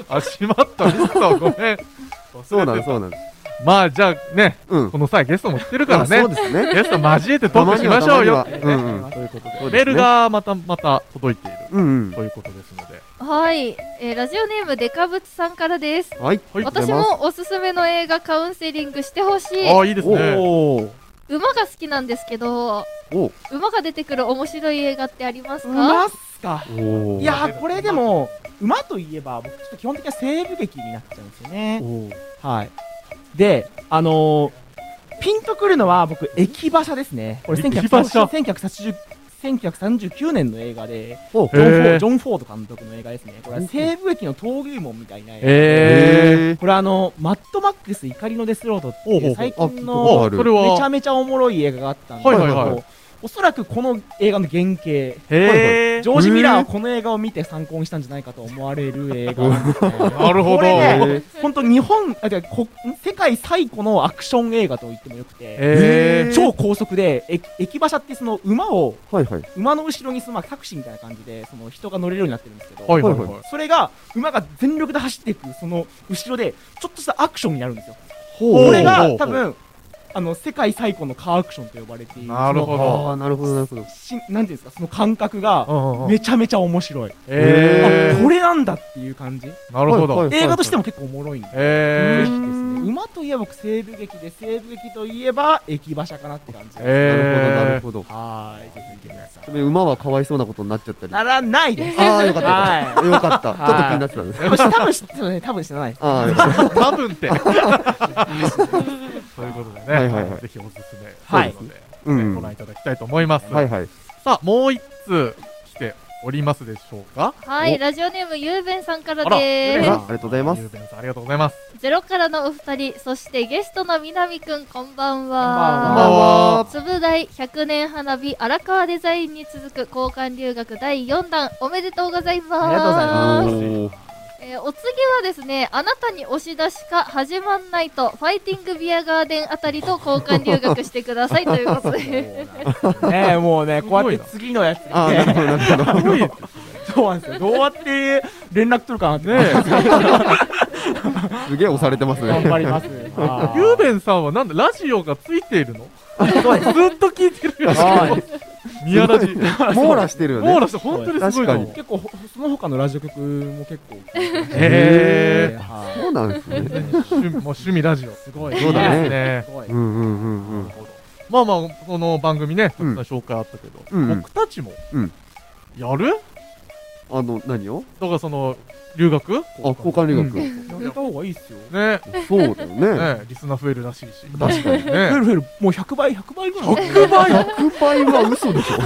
あ、しまった、ミスター、ごめん。そうなの、う。そうなの。まあ、じゃあね、うんこ。の際ゲストも来てるからあねそう。ですね。ゲスト交えてトークしましょうよ。たまにはうんうん。ということそうですねで、メールがまたまた届いているうんうん。ということですので、はい、えーラジオネームデカブツさんからです。はい。はいありがとうご私ざいますもおすすめの映画カウンセリングしてほしい。ああ、いいですね。おー。馬が好きなんですけど、おう馬が出てくる面白い映画ってあります馬か？っすか。おういやー、これでも、馬といえば、僕ちょっと基本的には西部劇になっちゃうんですよね。おうはい。で、あのーピンとくるのは僕、駅馬車ですね。これ駅馬車1930 1939年の映画で、おうジョンフォへーー・ジョンフォード監督の映画ですね。これは西部劇の闘牛門みたいな映画えへーこれあの、マッドマックス怒りのデスロードってほうほいうう最あ、近ー。聞のおいそたことれある。めちゃは、めちゃおもろい映画があったんですはいけはいはいど、おそらくこの映画の原型、ジへえ。ョージ・ミラーはこの映画を見て参考にしたんじゃないかと思われる映画なんです ね。なるほど。これへね、本当日本、あ、てかこ世界最古のアクション映画と言ってもよくて、え。超高速で、駅駅馬車ってその馬を、はいはい。馬の後ろにそのまあタクシーみたいな感じで、その人が乗れるようになってるんですけど、はいはいはい。それが、馬が全力で走っていく、その後ろで、ちょっとしたアクションになるんですよ。うこれほうが、多分、あの、世界最古のカーアクションと呼ばれている。なるほあど。あ、なるほど、なるほど。そのしなんていうんですか、その感覚が、めちゃめちゃ面白い。えあこれなんだっていう感じ。なるほはいはどい。映画としても結構おもろいんで。えぜひですね、馬といえば僕西部劇で西部劇といえば駅馬車かなって感じです、なるほど、なるえほど。はーいぜひ見てくださいそれ馬はかわいそうなことになっちゃったり。ならないですああ、よかった。よかった。ちょっと気になってたんです。多分多分知ってるね多分知らないですああ、よかった。多分 って。 ということではいはいはね、いぜひおすすめ。はといいうことでうねん。ごは覧いただきたいと思います。いはい。さあ、もう一通来ておりますでしょうかはい、おラジオネームゆうべんさんからあら、でゆうべんさんありがとうございますゆうべんさんありがとうございます。す。ゼロからのお二人、そしてゲストの南くん、こんばんこんばんは。はつぶ大100年花火荒川デザインに続く交換留学第4弾おめでとうございますありがとうございまおーえーお次はですね、あなたに押し出しか始まんないと、ファイティングビアガーデンあたりと交換留学してくださいということ で。ねえもうねすこごういやなって次のやつにああ、なるほど、なるほど。すごいですそうなんですよどうやって連絡取るかなってね。すげえ押されてます頑張りね。ますゆうべべんさんはなんだ、ラジオがついているのそうでずっと聞いてるよ。宮ラジ。網羅してるよね。網羅して、本当にすごい確かのに。結構ほその他のラジオ局も結構へーはいそうなんですね。趣味もう趣味ラジオ。すごい。そうだねね。すごいうんうんうんうん。まあまあ、この番組ね、うん紹介あったけど、うんうん僕たちもうん、やるあの、何をだからその、留学ねあ、交換留学。やめた方がいいっすよ。ねそうだよね。リスナー増えるらしいし。確かに。フェねルフェル、もう100倍、100倍ぐらい。 100倍 ?100 倍は嘘でしょ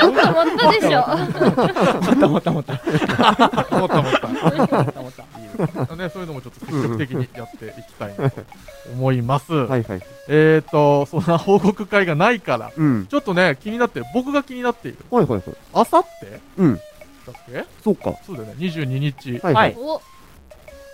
ちょっと持った、ちょっと持ったでしょ。またまたま た。思った思った。またね、そういうのもちょっと積極的にやっていきたいなと思います。はいはい。えーと、そんな報告会がないから、うん。ちょっとね、気になってる、僕が気になっている。はいはいはい。あさってうん。だっけそうか。そうだよね、22日、はいははいい。お、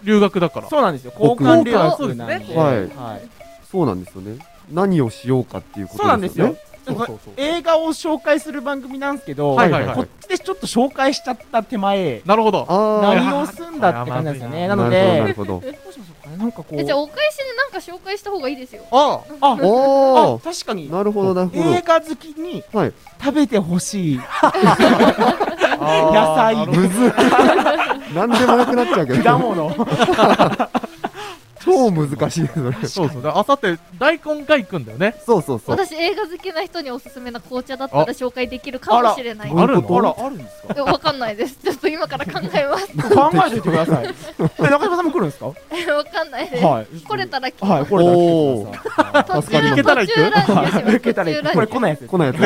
留学だから。そうなんですよ。交僕換留そうですね学なんで。はいはい。そうなんですよね。何をしようかっていうことそうなんですよ。。そうそうそう映画を紹介する番組なんですけど、はいはいはいこっちでちょっと紹介しちゃった手前、なるほど。あ何をすんだって感じなんですよね。ああ。ななのるで、ほど、なるどうしましょうかねなんかこえじゃあう、お返しでなんか紹介した方がいいですよ。ああほ、ど。あおー確かに、なるほど、なるほど。映画好きにはい。食べてほしい。あー 野菜なるほどむずい。 何でもなくなっちゃ うけ果ど。物。超難しいです、それ。そうそう。あさって、大根が行くんだよね。そうそうそう。私映画好きな人におすすめな紅茶だったら紹介できるかもしれないあ。らどういうことあら、あるんですかえわかんないです。ちょ っと今から考えます。考えておいてください。え、中島さんも来るんですかはえわかんないです。い来れたら来はまい、す。これだけ来てください。途助かり中、ま行けたすら行く途中乱入します。受けたらいい途中乱入これ来ないやつです来ないやつ。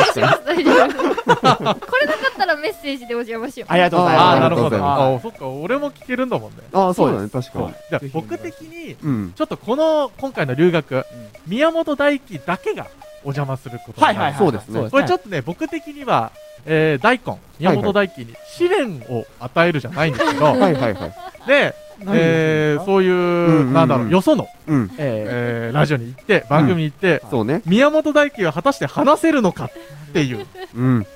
絶対来ない。ら乱入します。大丈夫。これなかったらメッセージでお邪魔しよう。ありがとうございます。あーあ、なるほど。はあーそっか、俺も聞けるんだもんね。ああ、そうだね、確かに。じゃあぜ、ひお願いし僕ます的に、うん。ちょっとこの、今回の留学、宮本大輝だけがお邪魔することになるいはいはい。そうですねこれちょっっとね、僕的には、えー、大根、宮本大輝に試練を与えるじゃないんですけど、はいはいはい。で、とえー、う。そういう、んうんなんだろう、よその、うん。ええー、ラジオに行って、番組に行って、そうね。宮本大輝は果たして話せるのかっていう、うん。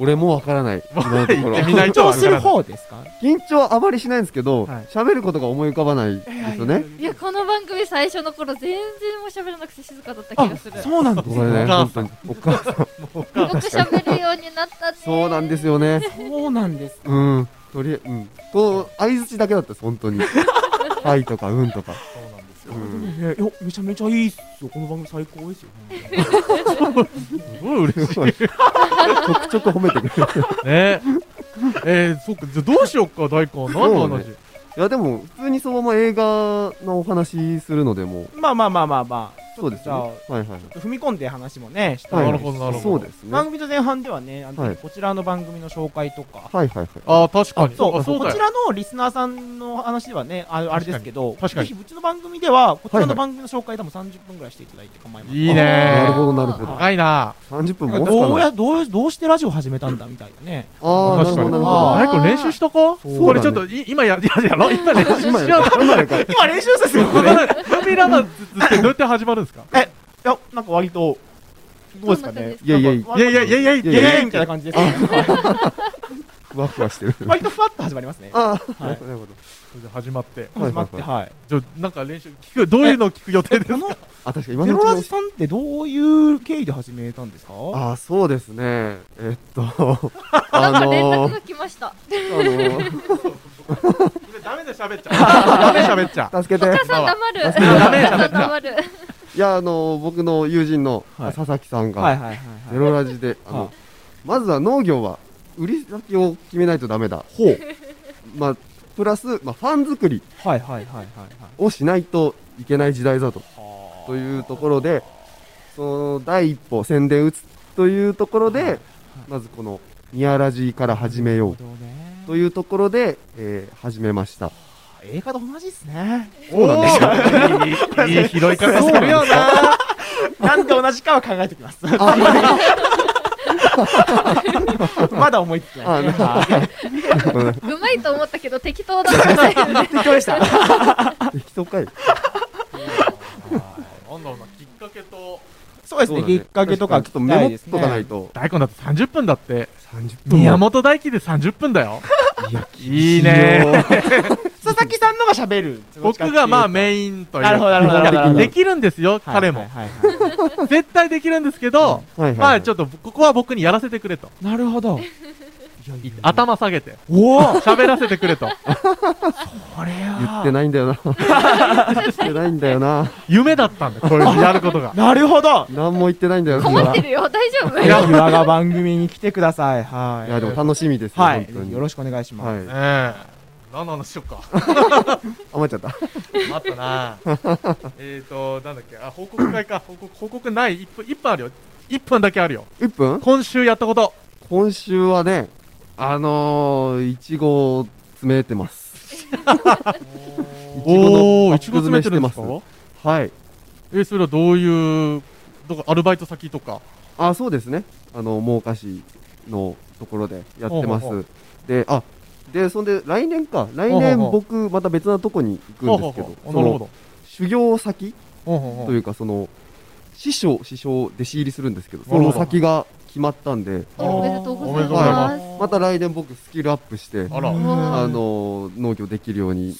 俺もわからない。今のところ。 言ってみーない緊と張わかすらなるい。方ですか緊張はあまりしないんですけど、はい喋、ることが思い浮かばないですよね。いや、この番組最初の頃全然もう喋らなくて静かだった気がする。よそうなんだ。これね、お母本さ当んに。お母さん。く喋るようになったね。そうなんですよね。そうなんです。うん。とりあえず、うん。こう、相槌だけだったです、本 当に。はいとか、うんとか。そうなんですようん。 えーいや、めちゃめちゃいいっすよ。この番組最高ですよ。すごい嬉しい。すごい。ちょくちょく褒めてくれる。ねえー、そっか、じゃあどうしよっか、大根。何の話、そういや、でも、普通にそのまま映画のお話するのでも、まあまあまあまあまあ。そうですね。じゃあはいはいはい。踏み込んで話もね、したはいいなるほど、なるそほうど。ですね。は番い組の前半ではね、あのはいこちらの番組の紹介とか、はいはい。ああ、確かに。そうあそうこだちよ。らのリスナーさんの話ではね、ああれですけど、確かにぜひうちの番組では、こちらはいはのい番組の紹介でも30分ぐらいしていただいて構いません。いいねなー。るほど、なるほど。高いな30分なんもかつかどうない。やどうどうしてラジオ始めたんだみたいなね。ああ、なる確ほかに。ど、なるほあど。ー大根練習しとこう。そうこれだちょねっと、い今や、 ややろ今練習しよ今うやるか、今や るか。今練習ですよ。これ、ルビラマってどうやって始まるんですかいや、なんか割と、どうですかね。いやいやいいやいやいやいやいイやエいやーイみたいな感じですね。ふわふわし てる。割とふわっと始まりますね。ああ、ないはるほどなるほど。始まって。はい始まって、はい。じゃあなんか練習、聞く、どういうのを聞く予定ですこかの、あ、確かに今ゼのうロちラのジさんってどういう経緯で始めたんですかあーそうですね。えっと、 なあんか連の絡ー、が来ました。あのー、ダメで喋っちゃう。ダメ喋っちゃう。助けおて。母さん黙る。おまあ母さん黙る。いや、あのー、僕の友人のはい佐々木さんはいが、はいはいゼはい。ロラジで、あはいの、まずは農業は、売り先を決めないとダメだ。ほう。まあ、プラス、まあ、ファン作りはいはいはいはいはい。をしないといけない時代だと。はというところで、その第一歩、宣伝打つというところで、まずこの、ニアラジから始めようなるほどねというところで、えー始めました。映画と同じですね。そうなんですよ。いいいい拾い方するよな。なんで同じかは考えておきます。まだ思いつきなあい。なはいうんうまいと思ったけど適当だった。適当でした。適当かい。なんだろうな、きっかけと。そうですそうね。だきっかけとか聞ちょきっとメたいモでっすとかないね。と。大根だって30分だって。 30分宮も。本大輝で30分だよ。いや、いいね。佐々木さんのが喋る。僕がまあイメインというなるほどなるほどなるほどできるんですよ、彼も。絶対できるんですけど、はいはいはいまあちょっと、ここは僕にやらせてくれと。なるほど。い頭下げておお喋らせてくれとこれや言ってないんだよな。言ってないんだよな。夢だったんだこういうやることがなるほど何も言ってないんだよな。困ってるよ、大丈夫ぜひ我が番組に来てください。はいい。や、でも楽しみですよ、はい。本当に。よろしくお願いします。はい。ねえ何の話しよっか余っちゃった。待った なえっとなんだっけあ報告会か報告報告ない1分一分あるよ1分だけあるよ1分今週やったこと今週はね、あのー、いちごを詰めてます。 いちごおのーパック詰めしてまいち。ご詰めすてるんはい。えそれはどういうどこアルバイト先とかあ、そうですね。あの、真岡市のところでやってまほうほうす。で、あ、で、そんで、来年か。来ほうほう年ほう僕、また別なとこに行くんですほうけど、ほうほそうなるほの、ど修行先ほうほうほうというか、その、師匠、師匠、弟子入りするんですけど、なるそほどの先が決まったんで、おめでとうございおめでとうございま。ますまた来年僕、スキルアップして、あらうんわあの農業できるように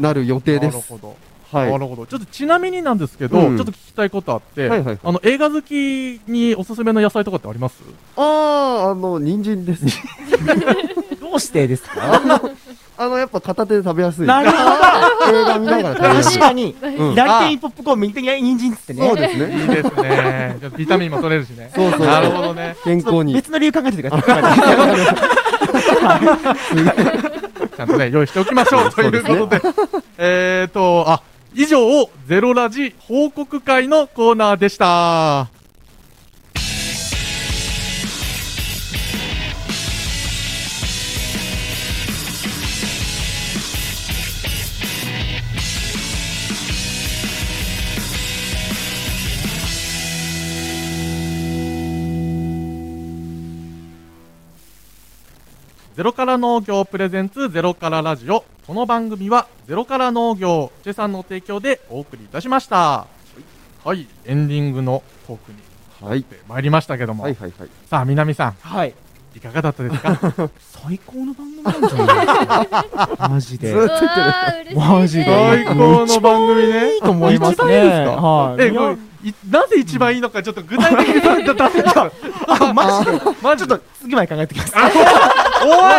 なる予定でなるすほ。どはい。なはるほどちょっとちなみになんですけど、うんちょっと聞きたいことあって、いはいはい。あの映画好きにおすすめの野菜とかってありますああ、あの、人参です。どうしてですかあの、 あの、やっぱ片手で食べやすい。なるほど映画見ながら食べやす確い。かに。うん左手にポップコーン、右手に人参っつってね。そうですね。いいです ねちょっとビタミンも取れるしねそうそう。なるほどね健康に。別の理由考えててください。ちゃんとね用意しておきましょうということでえーとあ以上ゼロラジ報告会のコーナーでしたゼロから農業プレゼンツゼロからラジオこの番組はゼロから農業チェさんの提供でお送りいたしましたはいエンディングのトークにはい。で参りましたけども、はいはいはい。さあ南さんはい。いかがだったです か最高の番組なんじゃない マジで。ずっと言ってる。あ、嬉しいね。マジで最高の番組ねと思います一ね。番いいですかはい。えいやこれいなぜ一番いいのかちょっと具体的 に出せたあマジで。マちジょっでと次まで考えてきます。お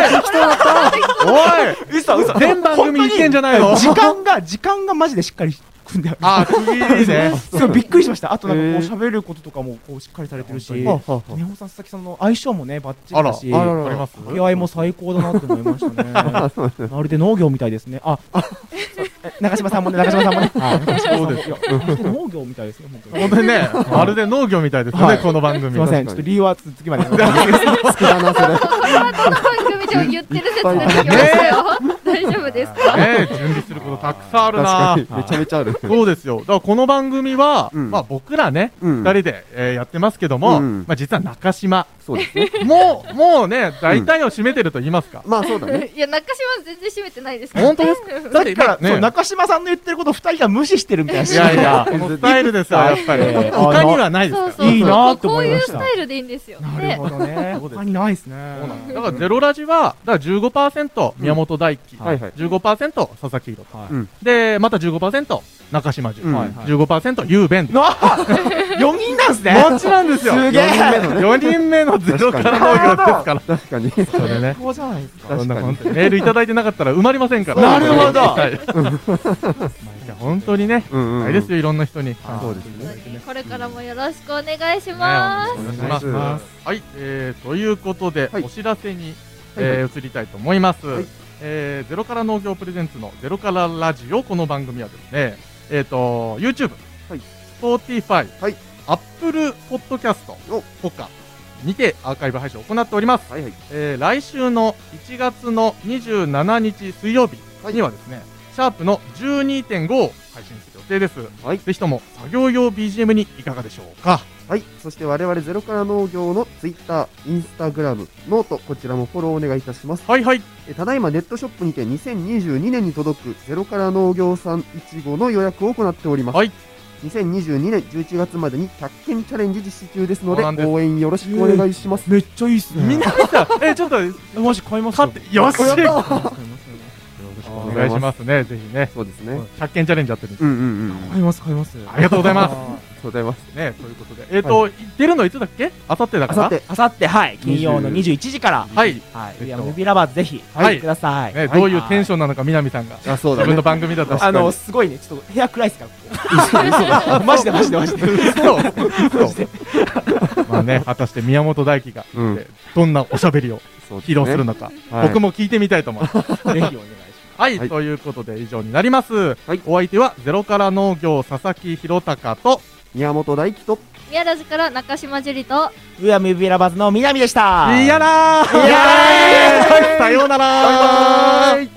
い嘘嘘。全番組いけんじゃないの時間が、時間がマジでしっかり組んである。あ次いい ねそうびっくりしました。あとなんかへこう喋ることとかもこうしっかりされてるし、は根あはあは本さん佐々木さんの相性もねバッチリだし、あららあります掛け合いも最高だなって思いましたね。 まるで農業みたいですね。あ、え 長島さんもね長島さんもね。そうですいや本当に農業みたいですよ本当 に。本当にねまるで農業みたいですね、はいこの番組すいません、確かにちょっと理由は 次まで。あ好きだな、それ。番組でも言ってる説出てきましたよ。大丈夫ですかね準備することたくさんある確かなに。めちゃめちゃある。そうですよだからこの番組は、うんまあ僕らねう二、ん。人で、えーやってますけども、うんまあ実は中島そうですね。もうもうね大体を占めてると言いますか、まあそうだね。いや、中島全然閉めてないです本当ですかだから、ね そう中島さんの言ってることを二人が無視してるみたいな。いやいやこのスタイルですよやっぱりえー他にはないですかそらうそう。いいなって思いましたこういうスタイルでいいんですよ。なるねほどね。そうです他にないですね。そうなんですだからゼロラジは、だから15%宮本大輝、はいはい15%佐々木宏はうんで、また15%中島純、うんはいはい15%ゆうべん。な4人なんすねもちろんですよ。すげ4人え目のね。 4人目のゼロから農業ですから。確かに。それね。こうじゃないです そかん確なか本に。当にメールいただいてなかったら埋まりませんから。なるほどはい。 いや本当にね、うんうんうん。大ですよ、いろんな人に。あそうですね。これからもよろしくお願いします。お願いしお願いしま。ますはい、えーということで、はいお知らせに、はいはいえー移りたいと思います、はいえーゼロから農業プレゼンツのゼロからラジオ、この番組はですね、えっ、と、YouTube、はい Spotify、はい Apple Podcast おほかにてアーカイブ配信を行っております。はいはい。えー来週の1月の27日水曜日にはですね、シャープの12.5を配信する予定です。はいぜひとも作業用 BGM にいかがでしょうか。はい。そして我々ゼロから農業のツイッター、インスタグラム、ノート、こちらもフォローお願いいたします。はいはい。えただいまネットショップにて2022年に届くゼロから農業さんいちごの予約を行っております。はい2022年11月までに100件チャレンジ実施中ですのそうなんでで、す応援よろしくお願いします。めっちゃいいっすねみんな さん、え、ちょっと、マジ買います勝って、よしおやったお買お願願いいししまますね、ぜひね。そうですね。 100件チャレンジやってるんでうんうんうん。います買いますありがとうございますございます。ね、ということで。えっ、と、出るのいつだっけあさってだあかさら。って、あさってはい金曜の21時からはい、ねはい、えっといやムービーラバーズぜひはい来てください、どういうテンションなのか、南さんが。あ、そう自だ分ねの。番組だと。あのの、すごいねちょっと部屋暗いですからここ マジでマジでマジでまあね、果たして宮本大輝が、うんえーどんなおしゃべりをそうです 披ね露するのか、はい僕も聞いてみたいと思い ます。ぜひお願いしはい、はいということで以上になります。はいお相手は、ゼロから農業、佐々木弘隆と、宮本大輝と、宮ラジから中島樹里とます上はムービーラバーズの南でしたいやらーいやはいさようならバイバーイ